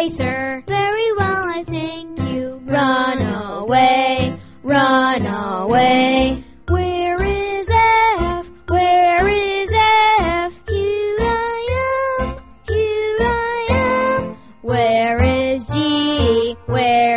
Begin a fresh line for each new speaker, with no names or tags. answer. Very well, I think you run away, run away. Where is F? Where is F? Here I am, here I am. Where is G? Where